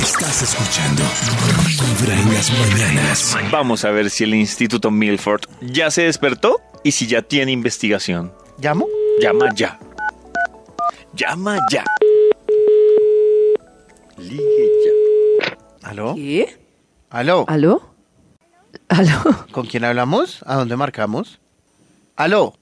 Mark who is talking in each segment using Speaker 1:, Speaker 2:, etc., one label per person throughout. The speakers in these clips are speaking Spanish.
Speaker 1: Estás escuchando Vibra en las mañanas.
Speaker 2: Vamos a ver si el Instituto Milford ya se despertó y si ya tiene investigación.
Speaker 3: ¿Llamo?
Speaker 2: Llama ya. Llama ya. Ligue ya.
Speaker 3: ¿Aló?
Speaker 4: ¿Qué?
Speaker 3: ¿Aló?
Speaker 5: Ah.
Speaker 4: ¿Aló? ¿Aló?
Speaker 3: ¿Con quién hablamos? ¿A dónde marcamos? ¿Aló?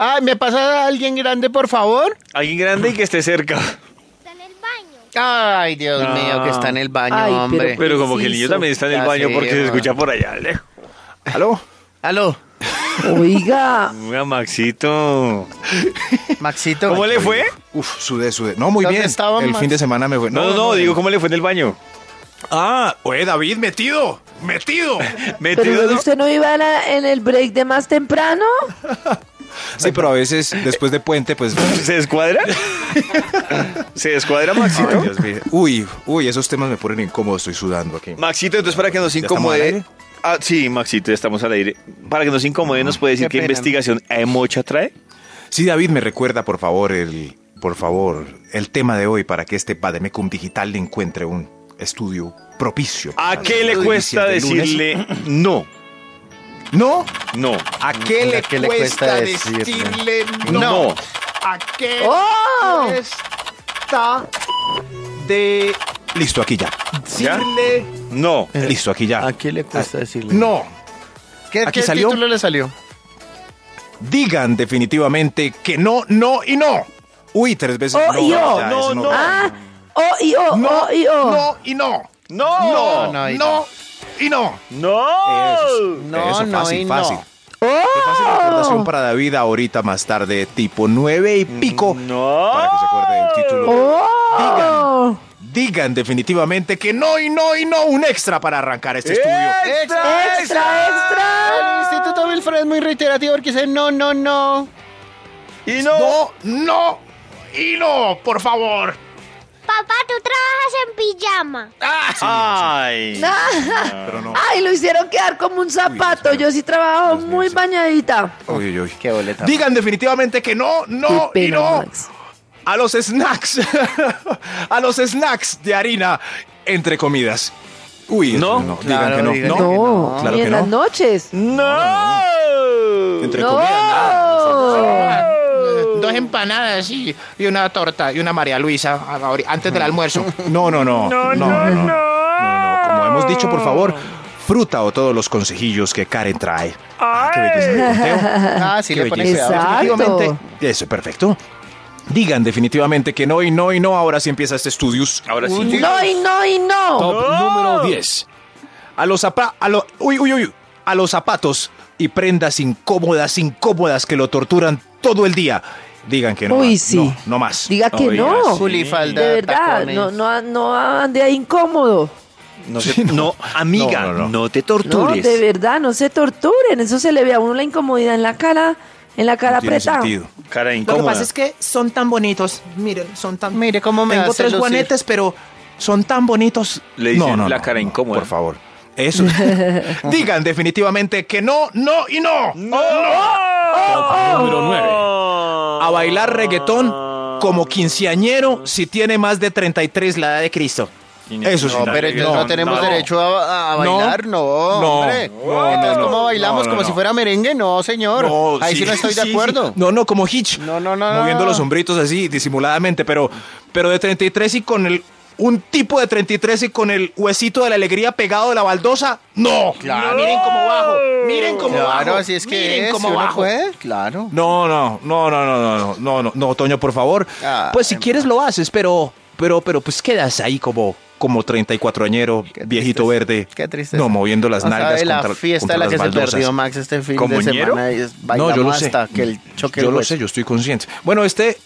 Speaker 3: Ay, ¿me pasa a alguien grande, por favor?
Speaker 2: Alguien grande y que esté cerca.
Speaker 6: Está en el baño.
Speaker 3: Ay, Dios
Speaker 2: No.
Speaker 3: mío, que está en el baño,
Speaker 4: Ay, pero-
Speaker 3: hombre.
Speaker 2: Pero como que el niño
Speaker 4: Preciso.
Speaker 2: también está en el
Speaker 3: Ya
Speaker 2: baño
Speaker 3: sé,
Speaker 2: porque se
Speaker 3: ma.
Speaker 2: escucha por allá lejos.
Speaker 5: ¿Aló?
Speaker 3: ¿Aló?
Speaker 4: Oiga,
Speaker 2: Oiga, Maxito.
Speaker 3: Maxito.
Speaker 2: ¿Cómo le fue?
Speaker 5: Uf, sudé, sudé. No, muy
Speaker 3: ¿Dónde
Speaker 5: bien.
Speaker 3: estaba,
Speaker 5: el
Speaker 3: Max?
Speaker 5: fin de semana me fue.
Speaker 2: No, no, no, digo, ¿cómo le fue en el baño?
Speaker 5: Ah, oye, David, metido. Metido.
Speaker 4: ¿pero
Speaker 2: ¿Metido?
Speaker 4: luego
Speaker 2: no?
Speaker 4: usted no iba a la- en el break de más temprano?
Speaker 5: Sí, pero a veces después de puente, pues.
Speaker 2: ¿Se descuadra? ¿Se descuadra, Maxito?
Speaker 5: Ay, Ah, Dios mío. Uy, uy, esos temas me ponen incómodo. Estoy sudando aquí.
Speaker 2: Maxito, entonces para que nos
Speaker 5: ¿Ya estamos al
Speaker 2: incomode.
Speaker 5: aire?
Speaker 2: Ah, sí, Maxito, ya estamos al aire. Para que nos incomode,
Speaker 5: Ah,
Speaker 2: ¿nos puede decir
Speaker 3: Qué
Speaker 2: qué,
Speaker 3: pena.
Speaker 2: investigación Emocha trae?
Speaker 5: Sí, David, me recuerda, por favor, el, por favor, el tema de hoy para que este Bademecum Digital le encuentre un estudio propicio.
Speaker 2: ¿A
Speaker 5: para
Speaker 2: qué le
Speaker 5: las
Speaker 2: cuesta
Speaker 5: noticias del lunes.
Speaker 2: decirle no?
Speaker 5: No.
Speaker 2: No.
Speaker 3: Ah,
Speaker 5: ¿A qué le,
Speaker 3: ¿A qué le
Speaker 5: cuesta,
Speaker 3: cuesta decirle?
Speaker 5: decirle no?
Speaker 2: No.
Speaker 5: ¿A qué
Speaker 4: ¡Oh!
Speaker 5: cuesta de... Listo, aquí ya.
Speaker 2: ¿Ya?
Speaker 5: Decirle...
Speaker 2: No.
Speaker 5: Listo, aquí ya.
Speaker 3: ¿A qué le cuesta decirle?
Speaker 5: No.
Speaker 3: ¿Qué,
Speaker 5: ¿Aquí
Speaker 3: qué
Speaker 5: salió?
Speaker 3: título le salió?
Speaker 5: Digan definitivamente que no, no y no. Uy, tres veces
Speaker 4: Oh,
Speaker 5: no.
Speaker 4: y oh.
Speaker 5: ya,
Speaker 2: No,
Speaker 5: eso
Speaker 2: no.
Speaker 4: Ah, oh y oh,
Speaker 5: No,
Speaker 4: oh y oh.
Speaker 5: no y no.
Speaker 2: No.
Speaker 3: no,
Speaker 5: No,
Speaker 3: y
Speaker 5: y no.
Speaker 2: No.
Speaker 3: No,
Speaker 5: Eso,
Speaker 3: no
Speaker 5: fácil,
Speaker 3: y
Speaker 5: fácil.
Speaker 3: no.
Speaker 5: Fácil recordación
Speaker 4: Oh,
Speaker 5: para David ahorita más tarde, tipo nueve y pico.
Speaker 2: No.
Speaker 5: Para que se acuerde del título.
Speaker 4: oh.
Speaker 5: Digan definitivamente que no y no y no. Un extra para arrancar este estudio.
Speaker 3: ¡Extra,
Speaker 4: Extra,
Speaker 5: Ah.
Speaker 3: El
Speaker 4: extra.
Speaker 3: Instituto Milford es muy reiterativo porque dice no, no, no.
Speaker 2: Y no.
Speaker 5: No, no y no, por favor.
Speaker 6: Papá, tú trabajas en pijama.
Speaker 2: Ay.
Speaker 5: Pero no.
Speaker 4: Ay, lo hicieron quedar como un zapato. Yo sí trabajo muy bañadita.
Speaker 5: Uy, uy, uy.
Speaker 3: Qué boleta.
Speaker 5: Digan definitivamente que no, no
Speaker 4: Qué
Speaker 5: Oh, y
Speaker 4: pena,
Speaker 5: no.
Speaker 4: Max.
Speaker 5: A los snacks. a los snacks de harina entre comidas. Uy, eso
Speaker 2: No.
Speaker 5: no.
Speaker 3: Claro,
Speaker 5: digan que
Speaker 3: digan
Speaker 5: no.
Speaker 3: que
Speaker 5: no.
Speaker 4: No,
Speaker 5: Claro
Speaker 4: ni
Speaker 5: que
Speaker 4: en
Speaker 5: no.
Speaker 4: las noches.
Speaker 2: No.
Speaker 5: Entre
Speaker 4: No.
Speaker 5: comidas.
Speaker 7: Dos empanadas y, y una torta y una María Luisa a- ahori- antes del almuerzo.
Speaker 5: No, no, no. No, no, no. no, no. Como hemos dicho, por favor, fruta o todos los consejillos que Karen trae. Ah, qué belleza de conteo.
Speaker 3: Ah, sí,
Speaker 5: Qué
Speaker 3: le pone
Speaker 5: belleza.
Speaker 3: cuidado.
Speaker 4: Exacto.
Speaker 5: Eso, perfecto. Digan definitivamente que no y no y no. Ahora sí empieza este estudios.
Speaker 2: Ahora sí.
Speaker 4: No y no y no.
Speaker 1: Top número 10.
Speaker 5: A los zapa- a lo- uy, uy, uy, a los zapatos y prendas incómodas, incómodas que lo torturan todo el día. Digan que no.
Speaker 4: Uy,
Speaker 5: más,
Speaker 4: sí.
Speaker 5: No, no más.
Speaker 4: Diga que
Speaker 2: Oiga,
Speaker 4: no.
Speaker 2: sí.
Speaker 3: Culifalda,
Speaker 4: De verdad,
Speaker 3: tacones.
Speaker 4: no, no, no ande ahí incómodo.
Speaker 2: No, se- no, amiga,
Speaker 5: No,
Speaker 2: no,
Speaker 5: no, no.
Speaker 2: te
Speaker 4: No,
Speaker 2: tortures.
Speaker 4: de verdad, no se torturen. Eso se le ve a uno la incomodidad en la cara, en la cara
Speaker 5: No tiene
Speaker 4: apretada.
Speaker 5: sentido.
Speaker 2: Cara
Speaker 7: Lo que
Speaker 2: incómoda.
Speaker 7: pasa es que son tan bonitos. Miren, son tan.
Speaker 3: Mire cómo me
Speaker 7: Tengo
Speaker 3: hace
Speaker 7: tres
Speaker 3: lucir.
Speaker 7: juanetes, pero son tan bonitos.
Speaker 2: Le dicen
Speaker 5: No, no,
Speaker 2: la
Speaker 5: no,
Speaker 2: cara
Speaker 5: no,
Speaker 2: incómoda.
Speaker 5: Por favor. Eso. Digan definitivamente que no, no y no.
Speaker 1: Número 9.
Speaker 5: A bailar reggaetón como quinceañero si tiene más de 33 la edad de Cristo. Eso sí.
Speaker 3: No, pero entonces no, tenemos derecho a, a
Speaker 5: No.
Speaker 3: bailar, no,
Speaker 5: No.
Speaker 3: hombre.
Speaker 5: No,
Speaker 3: entonces,
Speaker 5: no, no.
Speaker 3: ¿cómo bailamos?
Speaker 5: No, no,
Speaker 3: ¿Como si
Speaker 5: no.
Speaker 3: fuera merengue? No, señor.
Speaker 5: No,
Speaker 3: Ahí sí, no estoy
Speaker 5: sí,
Speaker 3: de acuerdo.
Speaker 5: sí. No, no, como Hitch.
Speaker 3: No, no, no, no,
Speaker 5: Moviendo
Speaker 3: no.
Speaker 5: los sombritos así, disimuladamente, pero, pero de 33 y con el. Un tipo de 33 y con el huesito de la alegría pegado de la baldosa. ¡No!
Speaker 3: Claro.
Speaker 7: No, miren cómo bajo. Miren cómo
Speaker 3: Claro,
Speaker 7: bajo.
Speaker 3: así es que
Speaker 7: miren
Speaker 3: es,
Speaker 7: cómo
Speaker 3: si uno
Speaker 7: bajo.
Speaker 3: puede, claro.
Speaker 5: No, no, no, no, no, no, no, no, no, Toño, por favor.
Speaker 3: Ah,
Speaker 5: pues si
Speaker 3: em-
Speaker 5: quieres lo haces, pero, pero, pero, pues quedas ahí como, como 34añero,
Speaker 3: Qué
Speaker 5: viejito
Speaker 3: tristeza,
Speaker 5: verde.
Speaker 3: Qué triste.
Speaker 5: No, moviendo las nalgas
Speaker 3: la
Speaker 5: contra,
Speaker 3: fiesta
Speaker 5: contra
Speaker 3: la
Speaker 5: las
Speaker 3: que
Speaker 5: baldosas.
Speaker 3: se perdió Max este fin
Speaker 2: ¿Como
Speaker 3: de
Speaker 2: ñero?
Speaker 3: semana. Y es- bailamos
Speaker 5: no, yo lo sé.
Speaker 3: hasta que el choque
Speaker 5: yo
Speaker 3: del
Speaker 5: lo
Speaker 3: hueso.
Speaker 5: sé, yo estoy consciente. Bueno, este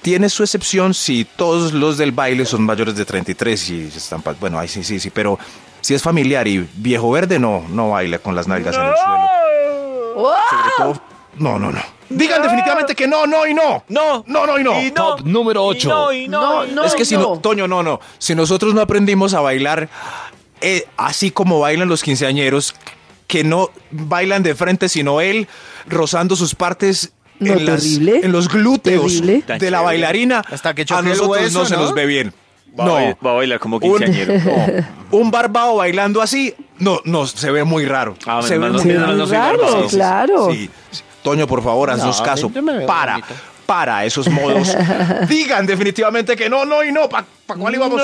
Speaker 5: tiene su excepción si todos los del baile son mayores de 33 y están, pa- bueno, ahí sí, sí, sí, pero si es familiar y viejo verde, no, no baila con las nalgas en el suelo.
Speaker 4: ¡Oh!
Speaker 5: Todo- No, no, no. Digan definitivamente que no, no y no.
Speaker 2: No.
Speaker 5: no, no y no.
Speaker 1: Top número 8.
Speaker 4: No, no,
Speaker 5: es que si no,
Speaker 4: no.
Speaker 5: Toño, no, no. Si nosotros no aprendimos a bailar eh, así como bailan los quinceañeros, que no bailan de frente, sino él rozando sus partes
Speaker 4: No,
Speaker 5: en, las-
Speaker 4: terrible.
Speaker 5: en los glúteos
Speaker 4: Terrible.
Speaker 5: de la bailarina,
Speaker 3: Hasta que choque
Speaker 5: a
Speaker 3: el
Speaker 5: nosotros
Speaker 3: hueso,
Speaker 5: no se
Speaker 3: ¿no?
Speaker 5: nos ve bien.
Speaker 2: Va,
Speaker 5: No.
Speaker 2: a, bail- va a bailar como
Speaker 5: Un,
Speaker 2: quinceañero.
Speaker 5: no, un barbado bailando así, no, no, se ve muy raro.
Speaker 2: Ah,
Speaker 5: se
Speaker 2: menos mal
Speaker 4: no- menos mal no soy barbado.
Speaker 5: Sí, sí, sí,
Speaker 4: Claro.
Speaker 5: sí. Toño, por favor, haznos
Speaker 7: No,
Speaker 5: caso.
Speaker 7: yo me veo
Speaker 5: Para,
Speaker 7: bonito.
Speaker 5: para esos modos. Digan definitivamente que no, no y no. ¿Para cuál íbamos?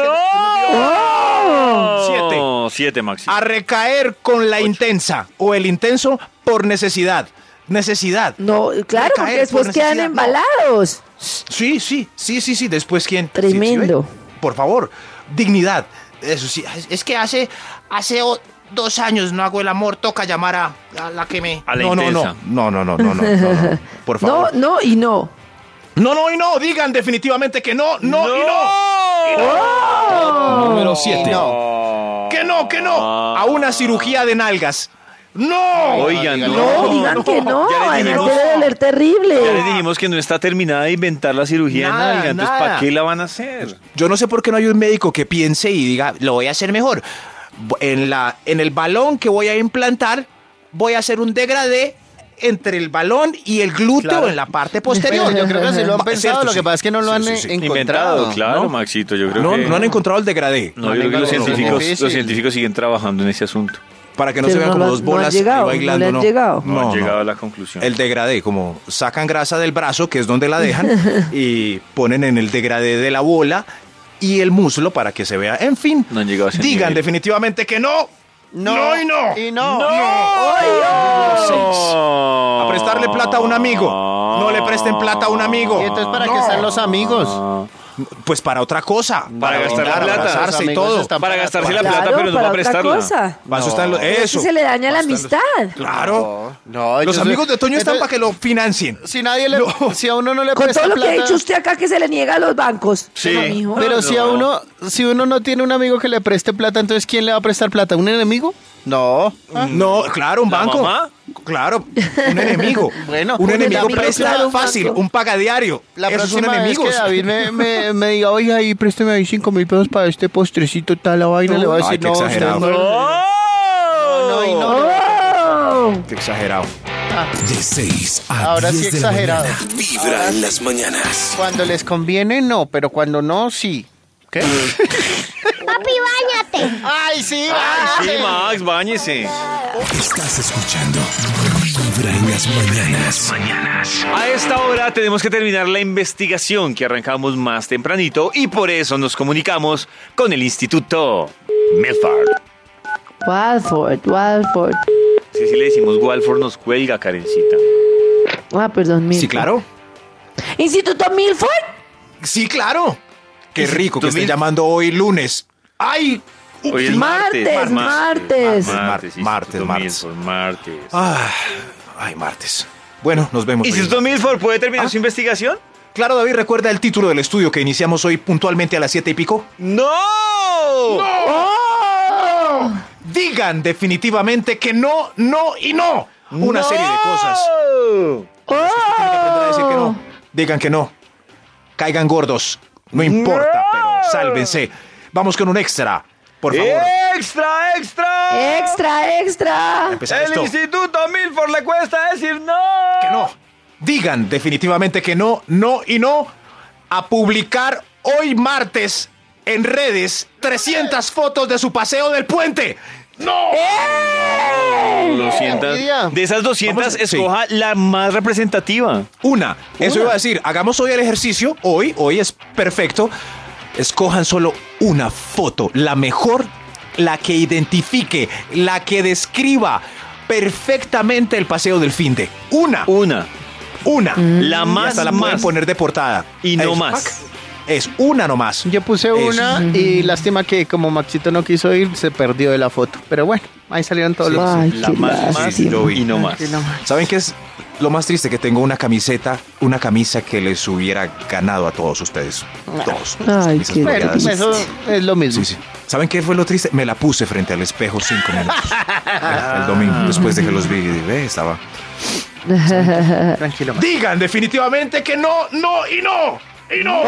Speaker 5: Siete.
Speaker 2: No, siete, máximo.
Speaker 5: A recaer con la intensa o el intenso por necesidad. Necesidad.
Speaker 4: No, claro,
Speaker 5: Recaer
Speaker 4: porque
Speaker 5: por
Speaker 4: después quedan
Speaker 5: necesidad, no.
Speaker 4: embalados.
Speaker 5: Sí, sí, sí, sí, sí. Después, ¿quién? Sí, sí,
Speaker 4: Tremendo.
Speaker 5: ve. por favor, dignidad. Eso sí.
Speaker 7: Es- Es que hace, hace o- dos años no hago el amor, toca llamar a, a la que me...
Speaker 2: A la
Speaker 5: no, no, no,
Speaker 2: intensa.
Speaker 5: no, no, no, no, no, no, no. Por favor.
Speaker 4: No, no y no.
Speaker 5: No, no y no, digan definitivamente que no, no, y no. Y
Speaker 4: ¡Oh!
Speaker 8: Número 7.
Speaker 5: no. Que no, que no.
Speaker 2: Ah.
Speaker 5: A una cirugía de nalgas. No.
Speaker 2: Oigan,
Speaker 4: No, digan que no,
Speaker 2: Ya les
Speaker 4: además
Speaker 2: dijimos-
Speaker 4: debe doler terrible.
Speaker 2: Ya les dijimos que no está terminada de inventar la cirugía
Speaker 7: Nada,
Speaker 2: de nalga, entonces
Speaker 7: nada.
Speaker 2: ¿para qué la van a hacer?
Speaker 5: Yo no sé por qué no hay un médico que piense y diga,
Speaker 7: Lo voy a hacer mejor.
Speaker 5: en, la, en el balón que voy a implantar, voy a hacer un degradé entre el balón y el glúteo
Speaker 7: Claro.
Speaker 5: en la parte posterior.
Speaker 7: Pero yo creo que se
Speaker 3: lo han
Speaker 5: Ma-
Speaker 3: pensado,
Speaker 5: cierto,
Speaker 3: lo que
Speaker 5: sí.
Speaker 3: pasa es que no lo
Speaker 5: Sí,
Speaker 3: han
Speaker 5: sí, sí.
Speaker 3: encontrado.
Speaker 2: Inventado, claro,
Speaker 5: ¿no?
Speaker 2: Maxito, yo creo
Speaker 5: No,
Speaker 2: que...
Speaker 5: no han encontrado el degradé.
Speaker 2: No, yo creo que los
Speaker 3: Difícil.
Speaker 2: científicos, los científicos siguen trabajando en ese asunto.
Speaker 5: Para que no
Speaker 4: Pero
Speaker 5: se vean
Speaker 4: no
Speaker 5: como
Speaker 4: lo-
Speaker 5: dos
Speaker 4: no han
Speaker 5: bolas ahí
Speaker 4: llegado, no le
Speaker 5: bailando.
Speaker 4: han llegado.
Speaker 2: No,
Speaker 5: No,
Speaker 2: han llegado
Speaker 5: no.
Speaker 2: a la conclusión.
Speaker 5: El degradé, como sacan grasa del brazo, que es donde la dejan, y ponen en el degradé de la bola y el muslo para que se vea. En fin,
Speaker 2: No han llegado a ese
Speaker 5: digan
Speaker 2: nivel.
Speaker 5: definitivamente que no. No, y no.
Speaker 3: Y no.
Speaker 5: A prestarle plata a un amigo. No le presten plata a un amigo.
Speaker 3: ¿Y entonces para
Speaker 5: No.
Speaker 3: qué están los amigos?
Speaker 5: Pues para otra cosa.
Speaker 2: Para gastar la
Speaker 5: bailar,
Speaker 2: plata.
Speaker 5: abrazarse y
Speaker 3: Los amigos
Speaker 5: todo.
Speaker 3: están
Speaker 2: Para gastarse la
Speaker 4: Claro,
Speaker 2: plata, pero no para
Speaker 4: para otra
Speaker 2: prestarla.
Speaker 4: cosa.
Speaker 5: Para eso están los-
Speaker 4: Pero es
Speaker 5: eso.
Speaker 4: que se le daña la
Speaker 5: Para eso están
Speaker 4: amistad.
Speaker 5: los- Claro.
Speaker 3: No,
Speaker 5: Los
Speaker 3: yo
Speaker 5: amigos
Speaker 3: sé-
Speaker 5: de Toño están
Speaker 3: Entonces,
Speaker 5: para que lo financien.
Speaker 3: Si nadie le, si a uno no le
Speaker 4: Con
Speaker 3: presta
Speaker 4: todo lo que ha
Speaker 3: plata-
Speaker 4: dicho usted acá que se le niega a los bancos.
Speaker 2: Sí.
Speaker 4: No, mijo.
Speaker 5: Ah,
Speaker 3: Pero si a
Speaker 2: No.
Speaker 3: uno, si uno no tiene un amigo que le preste plata, entonces ¿quién le va a prestar plata? ¿Un enemigo? No.
Speaker 5: No, claro, un
Speaker 2: ¿La
Speaker 5: banco.
Speaker 2: mamá?
Speaker 5: Claro, un enemigo.
Speaker 3: Bueno,
Speaker 5: un
Speaker 3: un
Speaker 5: enemigo
Speaker 4: enemigo,
Speaker 5: presta
Speaker 4: claro, un
Speaker 5: fácil,
Speaker 4: banco.
Speaker 5: un pagadiario.
Speaker 3: La
Speaker 5: Esos son
Speaker 3: próxima vez
Speaker 5: enemigos.
Speaker 3: que David me, me- me diga, oye, ahí présteme ahí cinco mil pesos para este postrecito, tal, la vaina, le va a
Speaker 5: Ay,
Speaker 3: decir,
Speaker 5: qué
Speaker 3: no, usted
Speaker 5: exagerado.
Speaker 3: no, no, y no, no.
Speaker 4: ¡Oh!
Speaker 5: Qué exagerado.
Speaker 1: De 6 a
Speaker 3: Ahora
Speaker 1: 10
Speaker 3: sí
Speaker 1: de la
Speaker 3: exagerado.
Speaker 1: mañana. Vibra en las mañanas.
Speaker 3: Cuando les conviene, no, pero cuando no, sí. ¿Qué?
Speaker 6: Papi, bañate.
Speaker 3: ¡Ay, sí!
Speaker 2: Sí,
Speaker 3: ay.
Speaker 2: Max, báñese.
Speaker 1: Estás escuchando Vibra en las mañanas.
Speaker 2: A esta hora tenemos que terminar la investigación que arrancamos más tempranito y por eso nos comunicamos con el Instituto Milford.
Speaker 4: Walford, Walford.
Speaker 2: Si así le decimos Walford nos cuelga, Karencita.
Speaker 4: Ah, perdón, Milford.
Speaker 5: Sí, claro.
Speaker 4: Instituto Milford.
Speaker 5: Sí, claro. Qué rico que
Speaker 2: tú
Speaker 5: esté
Speaker 2: mismo.
Speaker 5: llamando hoy lunes. ¡Ay!
Speaker 2: Hoy es
Speaker 4: Martes, martes.
Speaker 2: Martes,
Speaker 5: Martes,
Speaker 2: martes,
Speaker 5: martes.
Speaker 2: martes. Instituto Milford, martes. pues
Speaker 5: Ah, ay, martes. Bueno, nos vemos. hoy.
Speaker 2: ¿Instituto Milford puede terminar su investigación?
Speaker 5: Claro, David, ¿recuerda el título del estudio que iniciamos hoy puntualmente a las siete y pico?
Speaker 2: ¡No!
Speaker 5: Digan definitivamente que no, no y no. Una serie de cosas. Tienen que aprender a decir que no. Digan que no. Caigan gordos. No importa, pero sálvense. Vamos con un extra. Por favor.
Speaker 2: ¡Extra, extra!
Speaker 4: Extra, extra.
Speaker 5: Empezar esto.
Speaker 2: Instituto Milford le cuesta decir no.
Speaker 5: Que no. Digan definitivamente que no, no y no a publicar hoy martes en redes 300 fotos de su paseo del puente. ¡No!
Speaker 3: Lidia.
Speaker 2: 200. De esas 200,
Speaker 5: Vamos a- sí.
Speaker 2: escoja la más representativa.
Speaker 5: Una. Eso iba a decir, hagamos hoy el ejercicio, hoy, hoy es perfecto. Escojan solo una foto, la mejor, la que identifique, la que describa perfectamente el paseo del fin de. Una,
Speaker 2: Una.
Speaker 5: una.
Speaker 2: La
Speaker 5: Mm. Y
Speaker 2: más,
Speaker 5: hasta la pueden
Speaker 2: más.
Speaker 5: poner de portada.
Speaker 2: Y no
Speaker 5: Eso,
Speaker 2: más.
Speaker 5: pac. Es una nomás.
Speaker 3: Yo puse
Speaker 5: Eso.
Speaker 3: una y lástima que como Maxito no quiso ir, se perdió de la foto. Pero bueno, ahí salieron todos los...
Speaker 4: Ay,
Speaker 2: La
Speaker 4: qué
Speaker 2: más,
Speaker 4: lástima.
Speaker 2: más
Speaker 5: Sí, yo vi.
Speaker 2: y no más.
Speaker 5: ¿Saben qué es lo más triste? Que tengo una camiseta, una camisa que les hubiera ganado a todos ustedes. Todos. Todas
Speaker 4: Ay,
Speaker 5: camisas
Speaker 4: qué
Speaker 3: Pero
Speaker 5: plateadas.
Speaker 4: triste.
Speaker 3: pues eso es lo mismo.
Speaker 5: Sí, sí. ¿Saben qué fue lo triste? Me la puse frente al espejo cinco minutos. El domingo, después de que los vi y dije, "Ve, estaba.
Speaker 3: Ah. Tranquilo, Max.
Speaker 5: Digan definitivamente que no, no y no. Y no.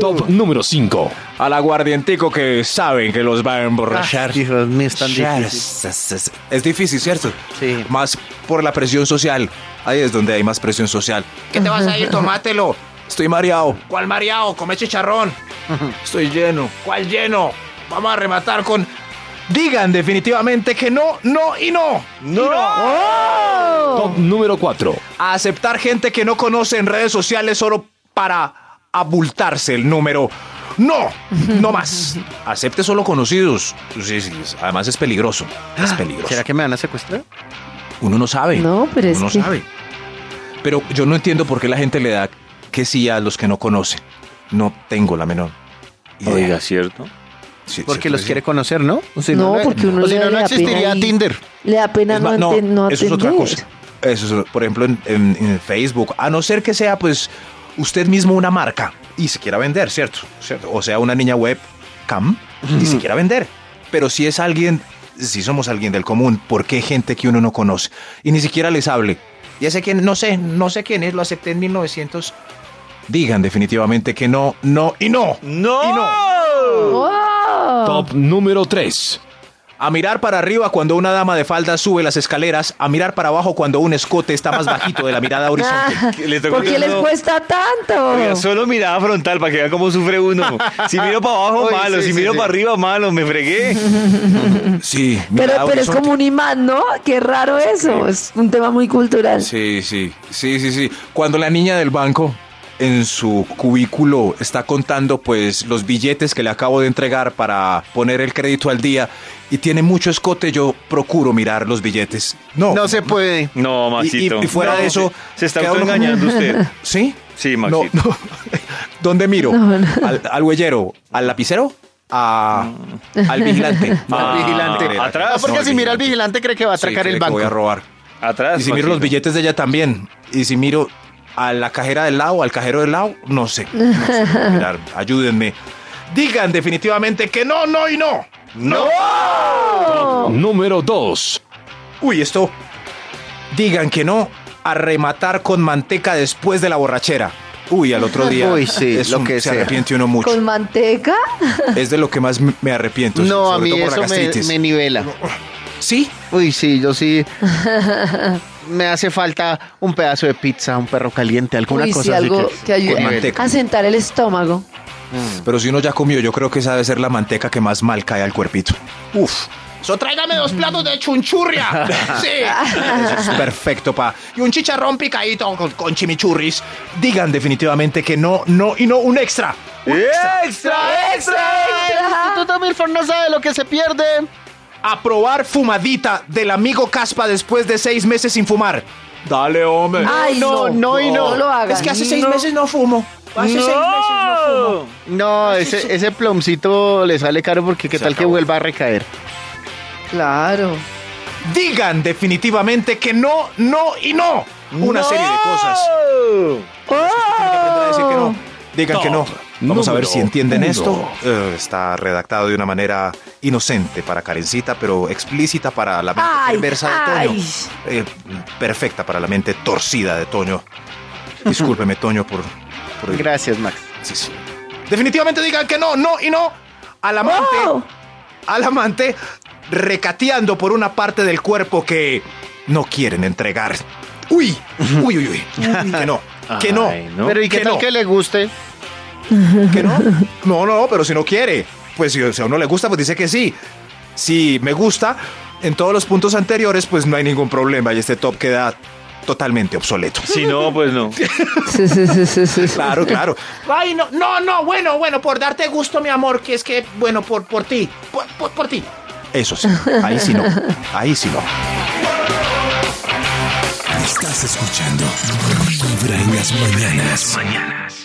Speaker 8: Top número 5.
Speaker 5: Al aguardientico que saben que los va a
Speaker 3: Ah,
Speaker 5: emborrachar.
Speaker 3: Dios mío, es tan
Speaker 5: Ya,
Speaker 3: difícil.
Speaker 5: es- es- es- Es difícil, ¿cierto?
Speaker 3: Sí.
Speaker 5: Más por la presión social. Ahí es donde hay más presión social.
Speaker 7: ¿Qué te vas a ir? Tomátelo.
Speaker 5: Estoy mareado.
Speaker 7: ¿Cuál mareado? Come chicharrón.
Speaker 5: Estoy lleno. ¿Cuál lleno? Vamos a rematar con. Digan definitivamente que no, no y no.
Speaker 2: No.
Speaker 8: Top número 4.
Speaker 5: A aceptar gente que no conoce en redes sociales solo para abultarse el número. No, no más. Acepte solo conocidos. Sí, sí, es- además es peligroso. Es peligroso.
Speaker 3: ¿Será que me van a secuestrar?
Speaker 5: Uno no sabe.
Speaker 4: No, pero es
Speaker 5: Uno
Speaker 4: que-
Speaker 5: sabe. Pero yo no entiendo por qué la gente le da que sí a los que no conocen. No tengo la menor. idea.
Speaker 2: Oiga, ¿cierto?
Speaker 5: Sí,
Speaker 3: Porque
Speaker 5: sí,
Speaker 3: los
Speaker 5: sí.
Speaker 3: quiere conocer, ¿no? O si
Speaker 4: no, porque uno
Speaker 3: o si
Speaker 4: le
Speaker 3: no,
Speaker 4: da
Speaker 3: no
Speaker 4: la pena
Speaker 3: existiría
Speaker 4: ir.
Speaker 3: Tinder.
Speaker 4: Le da pena
Speaker 5: Es
Speaker 4: no,
Speaker 5: más,
Speaker 4: ante- no
Speaker 5: eso es otra
Speaker 4: atender.
Speaker 5: cosa. Eso es, por ejemplo, en, en- en Facebook, a no ser que sea, pues, usted mismo una marca y se quiera vender, ¿cierto? ¿Cierto? O sea, una niña web cam y se quiera vender. Pero si es alguien, si somos alguien del común, ¿por qué gente que uno no conoce y ni siquiera les hable? Ya sé quién, no sé, no sé quién es, lo acepté en 1900. Digan definitivamente que no, no y no.
Speaker 2: No.
Speaker 5: Y no.
Speaker 4: ¡Wow!
Speaker 8: Top número 3.
Speaker 5: A mirar para arriba cuando una dama de falda sube las escaleras, a mirar para abajo cuando un escote está más bajito de la mirada horizontal.
Speaker 4: Ah,
Speaker 2: Le tocó
Speaker 4: ¿Por qué les
Speaker 2: uno-
Speaker 4: cuesta tanto?
Speaker 5: Oh.
Speaker 2: Oiga, solo mirada frontal para que vean cómo sufre uno. Si miro para abajo,
Speaker 3: Uy,
Speaker 2: malo.
Speaker 3: sí,
Speaker 2: si
Speaker 3: sí,
Speaker 2: miro
Speaker 3: sí.
Speaker 2: para arriba, malo. Me fregué.
Speaker 5: Sí,
Speaker 4: pero
Speaker 5: mirada
Speaker 4: pero es
Speaker 5: horizonte.
Speaker 4: como un imán, ¿no? Qué raro eso. Es un tema muy cultural.
Speaker 5: Sí, sí, sí, sí, sí. Cuando la niña del banco en su cubículo está contando pues los billetes que le acabo de entregar para poner el crédito al día y tiene mucho escote, yo procuro mirar los billetes. No,
Speaker 3: No se puede.
Speaker 2: No, Maxito.
Speaker 5: Y- y- y fuera
Speaker 2: No,
Speaker 5: de eso,
Speaker 2: Se está
Speaker 5: queda uno como-
Speaker 2: engañando usted.
Speaker 5: ¿Sí?
Speaker 2: Sí,
Speaker 5: No,
Speaker 2: Maxito.
Speaker 5: no. ¿Dónde miro?
Speaker 4: No, no.
Speaker 5: ¿Al, al huellero? ¿Al lapicero? A- al vigilante.
Speaker 2: Ah,
Speaker 3: Mm. al vigilante.
Speaker 2: atrás.
Speaker 3: No, porque
Speaker 5: eh, No,
Speaker 3: si mira al vigilante cree que va a
Speaker 5: Sí,
Speaker 3: atracar
Speaker 5: cree
Speaker 3: el
Speaker 5: que
Speaker 3: banco.
Speaker 5: Voy a robar.
Speaker 2: Atrás.
Speaker 5: Y si
Speaker 2: Maxito.
Speaker 5: miro los billetes de ella también. Y si miro a la cajera del lado, al cajero del lado, no sé. No sé. Mirar, ayúdenme. Digan definitivamente que no, no y no. No.
Speaker 8: Número 2.
Speaker 5: Uy, esto. Digan que no a rematar con manteca después de la borrachera. Uy, al otro día.
Speaker 3: Uy, sí,
Speaker 5: es
Speaker 3: lo
Speaker 5: un-
Speaker 3: que
Speaker 5: se
Speaker 3: sea.
Speaker 5: arrepiente uno mucho.
Speaker 4: ¿Con manteca?
Speaker 5: Es de lo que más me arrepiento. sí,
Speaker 3: no, a
Speaker 5: sobre
Speaker 3: mí
Speaker 5: todo por la
Speaker 3: eso me,
Speaker 5: gastritis.
Speaker 3: me nivela.
Speaker 5: Sí,
Speaker 3: Uy, sí, yo sí. Me hace falta un pedazo de pizza, un perro caliente, alguna
Speaker 4: Uy,
Speaker 3: cosa
Speaker 4: sí,
Speaker 3: así
Speaker 4: algo
Speaker 3: que-
Speaker 4: que ayude
Speaker 5: con manteca.
Speaker 4: a sentar el estómago.
Speaker 5: pero si uno ya comió, yo creo que esa debe ser la manteca que más mal cae al cuerpito. Uf.
Speaker 7: So, tráigame dos platos de chunchurria. Sí.
Speaker 5: Eso es perfecto, pa.
Speaker 7: Y un chicharrón picadito con, con chimichurris.
Speaker 5: Digan definitivamente que no, no y no un extra.
Speaker 2: ¡Extra, extra!
Speaker 3: El Instituto Milford no sabe lo que se pierde.
Speaker 5: Aprobar fumadita del amigo Caspa después de seis meses sin fumar. Dale, hombre.
Speaker 4: Ay, no,
Speaker 3: no y no.
Speaker 4: No lo hagas. No.
Speaker 5: no fumo. Hace seis meses no fumo.
Speaker 3: No, ese, ese plomcito le sale caro porque qué
Speaker 5: Se
Speaker 3: tal que
Speaker 5: acabó.
Speaker 3: vuelva a recaer.
Speaker 4: Claro.
Speaker 5: Digan definitivamente que no, no y no. Una serie de cosas.
Speaker 4: ¡Oh!
Speaker 5: Aprender a decir que no. Digan que no.
Speaker 8: Top
Speaker 5: Vamos a ver
Speaker 8: número
Speaker 5: si entienden
Speaker 8: uno.
Speaker 5: esto. Eh, está redactado de una manera inocente para Karencita, pero explícita para la mente
Speaker 4: Ay,
Speaker 5: perversa de Toño.
Speaker 4: ay.
Speaker 5: Eh, perfecta para la mente torcida de Toño. Discúlpeme, Toño, por... por-
Speaker 3: Gracias, Max.
Speaker 5: Sí, sí. Definitivamente digan que no, no y no. Al amante,
Speaker 4: Oh.
Speaker 5: al amante, recateando por una parte del cuerpo que no quieren entregar. Uy, uy, uy, uy. que no, que no.
Speaker 2: Ay, no.
Speaker 3: Pero ¿y qué
Speaker 5: Que
Speaker 3: tal
Speaker 5: no.
Speaker 3: que le guste?
Speaker 5: ¿Que no? No, no, pero si no quiere. Pues si, si a uno le gusta, pues dice que sí. Si me gusta, en todos los puntos anteriores, pues no hay ningún problema y este top queda totalmente obsoleto.
Speaker 2: Si no, pues no.
Speaker 4: Sí, sí, sí, sí, sí.
Speaker 5: Claro, claro.
Speaker 7: Ay, no, no, no, bueno, bueno, por darte gusto, mi amor, que es que, bueno, por, por ti. Por, por, por ti.
Speaker 5: Eso sí. Ahí sí no. Ahí sí no.
Speaker 1: Estás escuchando Vibra en las mañanas. Mañanas.